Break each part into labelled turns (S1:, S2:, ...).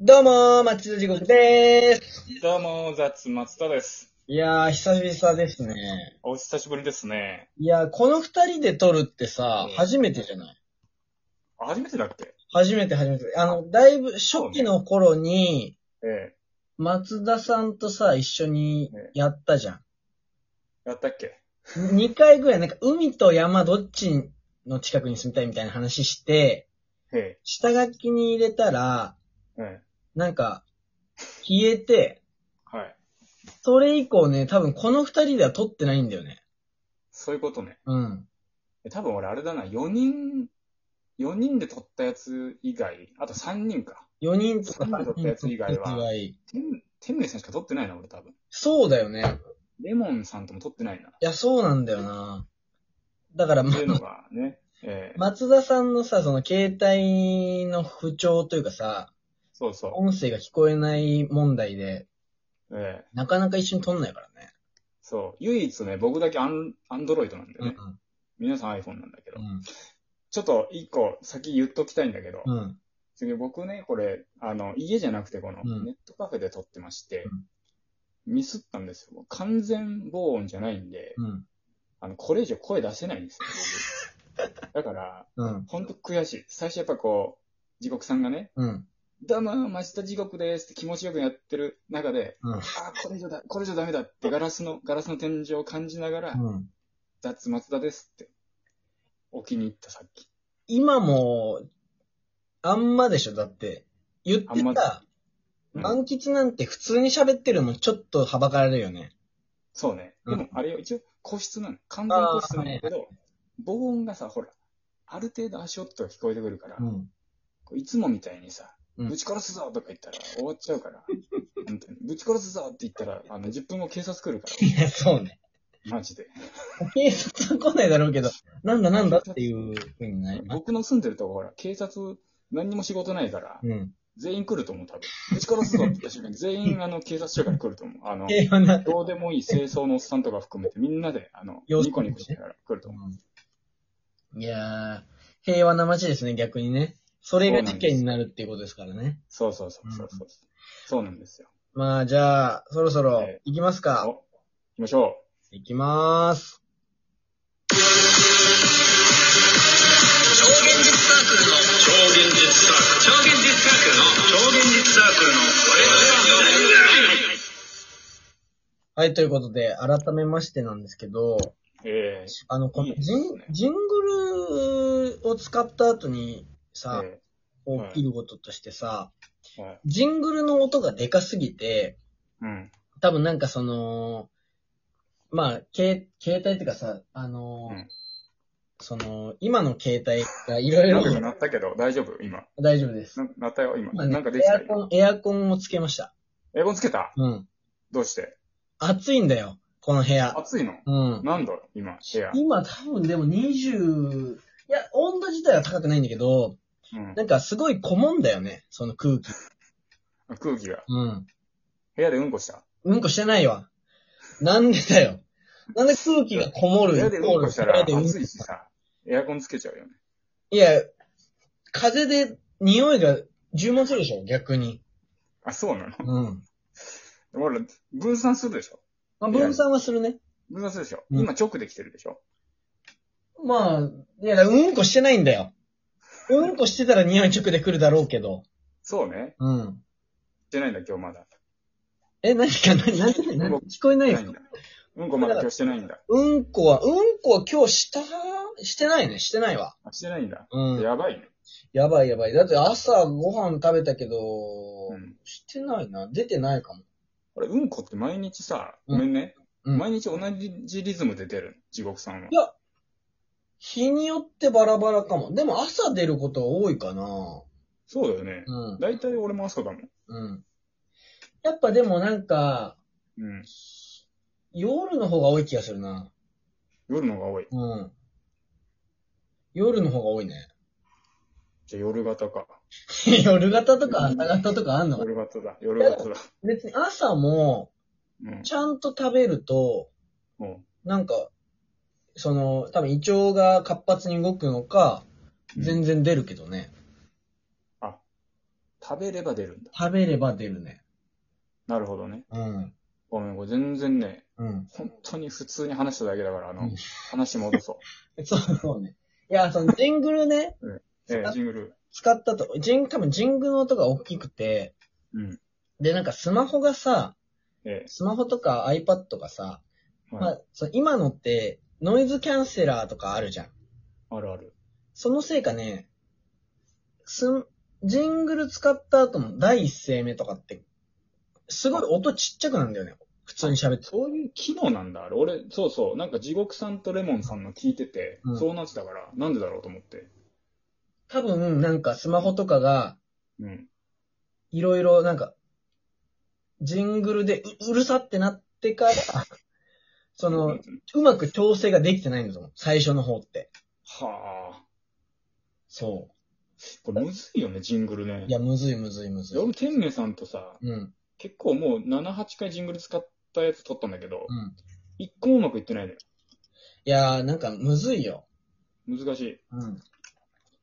S1: どうもー、町田地獄でーす。
S2: どうも、ザッツ松田です。
S1: いやー、久々ですね。
S2: お久しぶりですね。
S1: いやー、この二人で撮るってさ、
S2: うん
S1: 初めてじゃない
S2: あ初めてだっけ
S1: 初めて初めて。あの、だいぶ初期の頃に、
S2: え
S1: 松田さんとさ、一緒にやったじゃ
S2: えやったっけ
S1: ん。二回ぐらい、なんか海と山どっちの近くに住みたいみたいな話して、
S2: え
S1: 下書きに入れたら、
S2: えええ
S1: なんか、消えて、
S2: はい。
S1: それ以降ね、多分この二人では撮ってないんだよね。
S2: そういうことね。
S1: うん。
S2: え多分俺あれだな、4人、4人で撮ったやつ以外、あと3人か。
S1: 4人とか
S2: 三人撮ったやつ以外は
S1: 三人撮ったやつ以外
S2: 天、天明さんしか撮ってないな、俺多分。
S1: そうだよね。
S2: レモンさんとも撮ってないな。っ
S1: いや、そうなんだよな。だから、ま
S2: ていうのが ね、ええ
S1: 松田さんのさ、その携帯の不調というかさ、
S2: そうそ
S1: 音声が聞こえない問題で、
S2: う。ええ
S1: なかなか一緒に撮んないからね。
S2: そう。唯一ね、僕だけアン、アンドロイドなんで
S1: う
S2: ね。
S1: ん
S2: 皆さん iPhone なんだけど。
S1: うん。
S2: ちょっと一個先言っときたいんだけど。
S1: うん。
S2: 次僕ね、これ、あの、家じゃなくて、この、
S1: うん
S2: ネットカフェで撮ってまして、
S1: うん
S2: ミスったんですよ。完全防音じゃないんで、
S1: うん。
S2: あの、これ以上声出せないんですよ。 僕だから、
S1: うん。
S2: ほんと悔しい。最初やっぱこう、地獄さんがね、
S1: うん。
S2: どうも、町田地獄ですって気持ちよくやってる中で、
S1: うん
S2: あーこれ以上だ、これ以上ダメだってガラスの、ガラスの天井を感じながら、
S1: うん。
S2: 脱松田ですって、お気に入ったさっき。
S1: 今も、あんまでしょ、だって。言っ
S2: あん
S1: て
S2: ま
S1: た、
S2: うん
S1: 満吉なんて普通に喋ってるのもちょっとはばかられるよね。
S2: そうね。でも
S1: う、ん
S2: あれよ、一応、個室なの。完全個室なんだけ
S1: あー
S2: ど、防音がさ、ほら、ある程度足音が聞こえてくるから、
S1: ん。
S2: こういつもみたいにさ、
S1: うん
S2: ぶち殺すぞとか言ったら終わっちゃうから、本当にぶち殺すぞって言ったら、あの、10分後警察来るか
S1: いや、そうね。
S2: ら、マジで。
S1: 警察は来ないだろうけど、なんだなんだっていう風になります。
S2: 僕の住んでるとこ、ほら、警察、何にも仕事ないから、
S1: うん。
S2: 全員来ると思う、多分。ぶち殺すぞって言った瞬間に、全員、あの、警察署から来ると思う。あの、
S1: 平和な。
S2: どうでもいい清掃のおっさんとか含めて、みんなで、あの、
S1: よし
S2: ニコニコしながら来ると思う。
S1: いやー、平和な街ですね、逆にね。それが事件になるっていうことですからね。
S2: そうそうそうそうそう。そうなんですよ。
S1: まあ、じゃあ、そろそろ
S2: え、
S1: 行きます
S2: お
S1: か。
S2: 行きましょ
S1: 行きまーす。
S3: 超現実サークルの超現実サークル超現実サークルの超現実サークルの我々の
S1: はい、ということで、改めましてなんですけど、
S2: う。えー
S1: あの、この
S2: いいで
S1: ジ
S2: す
S1: ン
S2: ね
S1: ジングルを使った後にさ、
S2: え
S1: こ
S2: は
S1: う
S2: い
S1: 切ることとしてさ、
S2: ーはい
S1: ジングルの音がでかすぎて、
S2: うん。
S1: 多分なんかその、まあ、携、携帯っていうかさ、あのー
S2: うん
S1: その、今の携帯がいろい
S2: なんか
S1: ろ、
S2: 鳴ったけど、大丈夫今。
S1: 大丈夫です。
S2: な鳴ったよ、
S1: ま
S2: 今。
S1: あね
S2: なんかできた
S1: エアコ
S2: 今
S1: ン、エアコンをつけました。
S2: エアコンつけた
S1: うん。
S2: どうして
S1: 暑いんだよ、この部屋。
S2: 暑いの
S1: うん。
S2: 何度今、部屋。
S1: 今多分でも20、いや、温度自体は高くないんだけど、
S2: うん
S1: なんかすごいこもんだよね、その空気。
S2: あ空気が。
S1: うん。
S2: 部屋でうんこした。
S1: うんこしてないわ。なんでだよ。なんで空気がこも
S2: 部
S1: る
S2: 屋でうんこしたら
S1: 部屋でうん
S2: 暑いしさ、エアコンつけちゃうよね。
S1: いや、風で匂いが充満するでしょ、逆に。
S2: あ、そうなの
S1: うん。
S2: ほら、分散するでしょ
S1: まあ、分散はするね。
S2: 分散するでしょ
S1: うん
S2: 今直できてるでしょ
S1: まあ、いや、うんこしてないんだよ。うんこしてたら匂い直で来るだろうけど。
S2: そうね。
S1: うん。
S2: してないんだ、今日まだ。
S1: え、何か、何、何、何、何聞こえないよ
S2: ないんだ。うんこまだ今日してないんだ。
S1: うんこは、うんこは今日したしてないね、してないわ。
S2: あ、してないんだ。
S1: うん。
S2: やばいね。
S1: やばいやばい。だって朝ご飯食べたけど、
S2: うん。
S1: してないな。出てないかも。
S2: 俺、うんこって毎日さ、
S1: うん
S2: ごめんね。
S1: うん
S2: 毎日同じリズムで出る地獄さんは。
S1: 日によってバラバラかも。でも朝出ることは多いかな。
S2: そうだよね。
S1: うん。
S2: 大体俺も朝だもん。
S1: うん。やっぱでもなんか、
S2: うん。
S1: 夜の方が多い気がするな。
S2: 夜のが多い。
S1: うん。夜の方が多いね。
S2: じゃあ夜型か。
S1: 夜型とか朝型とかあんのかな
S2: 夜型だ。夜型だ。
S1: 別に朝も、
S2: うん。
S1: ちゃんと食べると、
S2: も
S1: なんか、その、多分胃腸が活発に動くのか、
S2: うん
S1: 全然出るけどね。
S2: 食べれば出るんだ。
S1: 食べれば出るね。
S2: なるほどね。
S1: うん。
S2: ごめん、これ全然ね、
S1: うん。
S2: 本当に普通に話しただけだから、あ
S1: う
S2: の
S1: ん、
S2: 話 戻そう。
S1: そうそうね。いや、その、ジングルね、
S2: え
S1: あ
S2: ー、ジングル。
S1: 使ったと、ジン、多分ジングルの音が大きくて、
S2: うん。
S1: で、なんかスマホがさ、
S2: え
S1: スマホとか iPad とかさ、
S2: ー、
S1: ま
S2: はい。
S1: あ、その今のって、ノイズキャンセラーとかあるじゃん。
S2: あるある。
S1: そのせいかね、すん、ジングル使った後の第一声目とかって、すごい音ちっちゃくなんだよね。普通に喋って。
S2: そういう機能なんだ、あれ。俺、そうそう、なんか地獄さんとレモンさんの聞いてて、
S1: うん
S2: そうなってたから、なんでだろうと思って。
S1: 多分、なんかスマホとかが、
S2: うん。
S1: いろいろなんか、ジングルでううるさってなってから、その、うまく調整ができてないんだと思う。最初の方って。
S2: はあ。
S1: そ
S2: これむずいよね、ジングルね。
S1: う。いや、むずいむずいむず
S2: いや
S1: い。
S2: 俺、天明さんとさ、
S1: うん、
S2: 結構もう7、8回ジングル使ったやつ撮ったんだけど、
S1: うん。
S2: 一個もうまくいってないのよ。
S1: いやー、なんかむずいよ。
S2: 難しい。
S1: うん。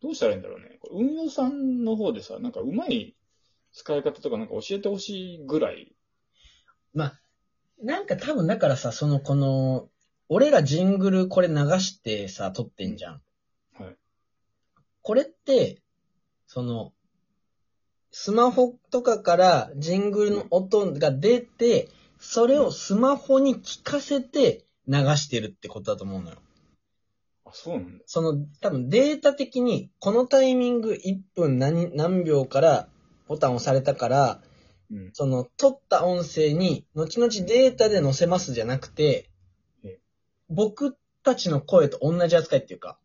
S2: どうしたらいいんだろうね。これ運用さんの方でさ、なんかうまい使い方とかなんか教えてほしいぐらい。
S1: なんか多分だからさ、その、この、俺らジングルこれ流してさ、撮ってんじゃん。
S2: はい。
S1: これって、その、スマホとかからジングルの音が出て、それをスマホに聞かせて流してるってことだと思うのよ。
S2: あ、そうなんだ。
S1: その、多分データ的に、このタイミング1分何何秒からボタン押されたから、
S2: うん。
S1: その、撮った音声に、後々データで載せますじゃなくて
S2: え、
S1: 僕たちの声と同じ扱いっていうか、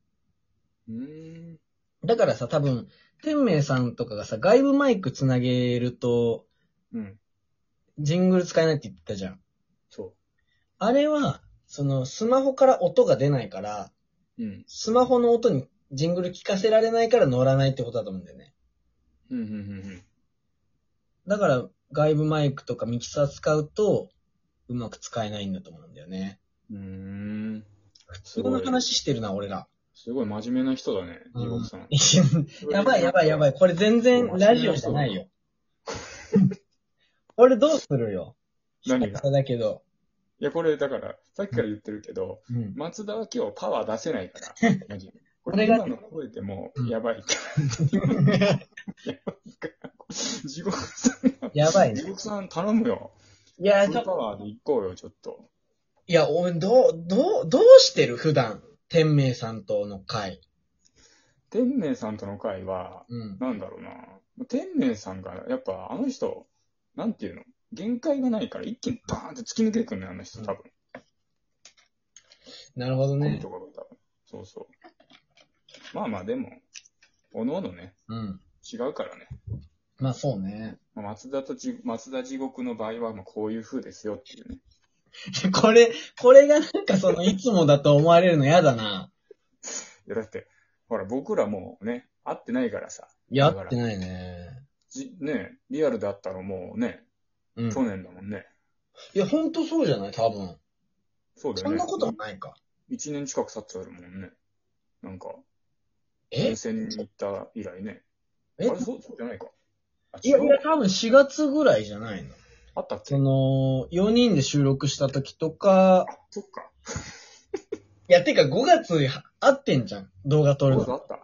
S2: うーん。
S1: だからさ、多分、天明さんとかがさ、外部マイクつなげると、
S2: うん。
S1: ジングル使えないって言ってたじゃん。
S2: そ
S1: あれは、その、スマホから音が出ないから、
S2: う。うん。
S1: スマホの音にジングル聞かせられないから乗らないってことだと思うんだよね。
S2: うん、うん、うん、
S1: だから、外部マイクとかミキサー使うと、うまく使えないんだと思うんだよね。
S2: うん。うーん。す
S1: そん
S2: ご、
S1: ない話してるな、俺ら。
S2: すごい真面目な人だね、地獄さん。
S1: 一瞬やばいやばいやばい。これ全然ラジオじゃない よ。俺どうするよ。
S2: 何が
S1: 久々だけど。
S2: いや、これだから、さっきから言ってるけど、
S1: うん。
S2: 松田は今日パワー出せないから、マジでこれ今の声でも
S1: うん
S2: やばい。やばいから地獄さん、
S1: やばい
S2: 地
S1: ね。
S2: 獄さん頼むよ。
S1: いや、
S2: フ
S1: ちょっ
S2: ルパ
S1: と、
S2: ワーで行こうよ、ちょっと。
S1: いや、俺、どう、どう、どうしてる普段。天明さんとの会。
S2: 天明さんとの会は、
S1: うん。
S2: なんだろうな。天明さんが、やっぱあの人、なんていうの限界がないから一気にバーンって突き抜けてくるね、あの人、多分。
S1: なるほど
S2: コン
S1: ね
S2: ト。が多分。そうそう。まあまあ、でも、おのおのね、
S1: うん。
S2: 違うからね。
S1: まあ、そうね。
S2: まあ松田とじ、松田地獄の場合は、まあこういう風ですよっていうね。
S1: これ、これがなんかその、いつもだと思われるの嫌だな。
S2: いや、だって、ほら、僕らもうね、会ってないからさ、
S1: いや、合ってないね。
S2: じね、リアルだったのもうね、
S1: うん。
S2: 去年だもんね。
S1: いや、ほんとそうじゃない多分。
S2: そうだよ
S1: そん
S2: ね。
S1: なこともないか。
S2: 一年近く経ってるもんね。なんか、
S1: え
S2: 温泉に行った以来ね。あ
S1: え
S2: れ、そう、そうじゃないか。あ
S1: いや、
S2: 違
S1: いうや、多分4月ぐらいじゃないの。
S2: あったっけ
S1: その、4人で収録した時とか、
S2: あ、そっか。
S1: いや、てか5月合ってんじゃん。動画撮る
S2: そうだ
S1: の。
S2: あった。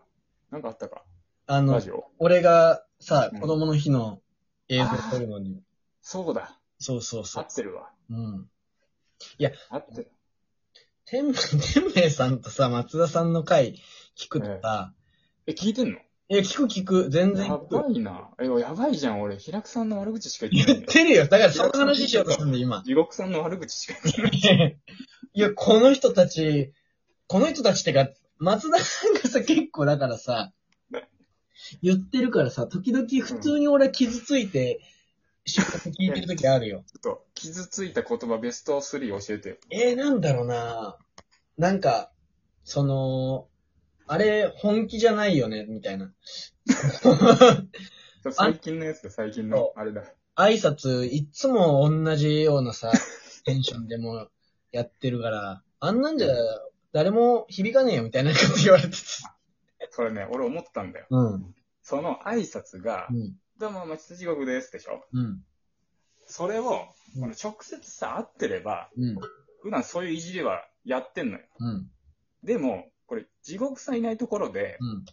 S2: なんかあったか。
S1: あの
S2: ラ、ジオ。
S1: 俺がさ
S2: う、ん
S1: 子供の日の映像撮るのに。
S2: そうだ。
S1: そうそうそ
S2: 合
S1: う。
S2: ってるわ。
S1: うん。
S2: 合ってる。
S1: 天、 天明さんとさ、松田さんの回聞くとさ、
S2: え、聞いてんの
S1: いや、聞く聞く、全然
S2: や
S1: 聞く。
S2: ばいな。え、やばいじゃん、俺。平久さんの悪口しか言って
S1: 言
S2: な
S1: っ
S2: いんだよ。
S1: てるよ。だからその話しようとするんで、今。
S2: 地獄さんの悪口しか言ってない。
S1: いや、この人たち、この人たちってか、松田さんがさ、結構だからさ、言ってるからさ、時々普通に俺は傷ついて、収録聞いてる時あるよ。
S2: ちょっと、傷ついた言葉ベスト3教えてよ。
S1: えー、なんだろうななんか、その、あれ、本気じゃないよね、みたいな。
S2: 最近のやつだ、最近の。あれだ。
S1: 挨拶、いっつも同じようなさ、テンションでもやってるから、あんなんじゃ、誰も響かねえよ、みたいなこと言われてて。
S2: それね、俺思ったんだよ。
S1: うん。
S2: その挨拶が、
S1: うん。
S2: どうも、町筋国ですでしょ。
S1: うん。
S2: それを、
S1: うん
S2: この直接さ、会ってれば、
S1: うん。
S2: 普段そういういじりはやってんのよ。
S1: うん。
S2: でも、これ、地獄さんいないところで
S1: うん。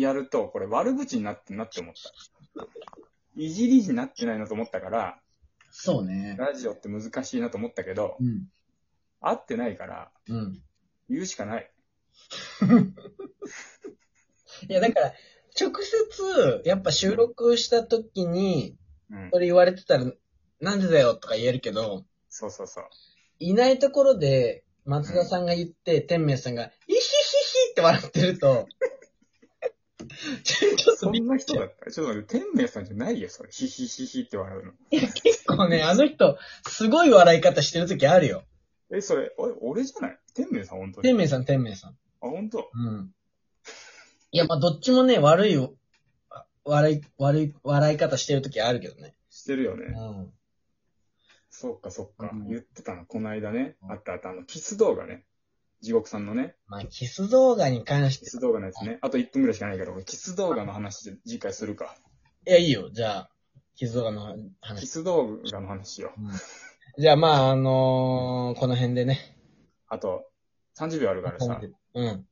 S2: やると、これ悪口になってんなって思った。いじりになってないなと思ったから、
S1: そうね。
S2: ラジオって難しいなと思ったけど、
S1: うん。
S2: 会ってないから、
S1: うん。
S2: 言うしかない。
S1: いや、だから、直接、やっぱ収録した時に、
S2: うん
S1: こ。れ言われてたら、なんでだよとか言えるけど、
S2: そうそうそう。
S1: いないところで、松田さんが言って、天明さんが、イヒヒヒって笑ってると、ちょっ
S2: そ
S1: とびっ
S2: ん
S1: く
S2: な
S1: りし
S2: 人
S1: ちゃ
S2: だ
S1: う
S2: った。ちょっと待って、天明さんじゃないよ、それ。ヒヒヒヒって笑うの。
S1: 結構ね、あの人、すごい笑い方してる時あるよ。
S2: え、それ、お俺じゃない天明さん、本当に。
S1: 天明さん、天明さん。
S2: あ、本当。
S1: うん。いや、まあ、どっちもね、悪いよ、あ悪い、悪い、笑い方してる時あるけどね。
S2: してるよ
S1: う
S2: ね。
S1: ん。
S2: そっかそっか、
S1: うん
S2: 言ってたな、この間ね
S1: う。ん
S2: あったあった、あの、キス動画ね。地獄さんのね、
S1: まあ、キス動画に関し
S2: キ
S1: て、
S2: ス動画のやつね。あと1分ぐらいしかないから、俺キス動画の話次回するか。
S1: いや、いいよ。じゃあ、キス動画の
S2: キ
S1: 話。
S2: ス動画の話よ。
S1: じゃあ、まあ、あのー、この辺でね。
S2: あと、30秒あるからさ、
S1: うん。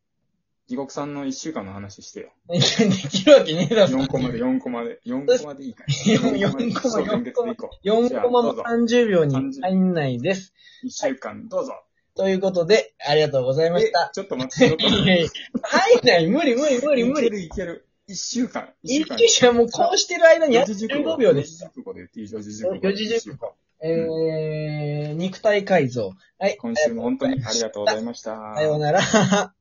S2: 地獄さんの1週間の話してよ。
S1: できるわけねえだろ。
S2: 4コマで、4コマで、4コマでいいか ら。
S1: 4 4コマ
S2: そう連結でいこう。じゃ
S1: 4
S2: あ
S1: コマ
S2: ど
S1: も
S2: うぞ。
S1: 30秒に入んないです。
S2: 1週間、どうぞ。
S1: ということで、ありがとうございまし
S2: え
S1: た。
S2: ちょっと待って、ちょっと待って。
S1: いやいや入んない。無理無理無理無
S2: いけ
S1: 理。
S2: るいける。1週間、1
S1: 一
S2: 週間。
S1: 気はもうこうしてる間に15秒で
S2: 四字
S1: す。
S2: 熟語で言っていい四字熟語。
S1: 4時10分。えー、肉体改造。はい。
S2: 今週も本当にありがとうございました。
S1: さようなら。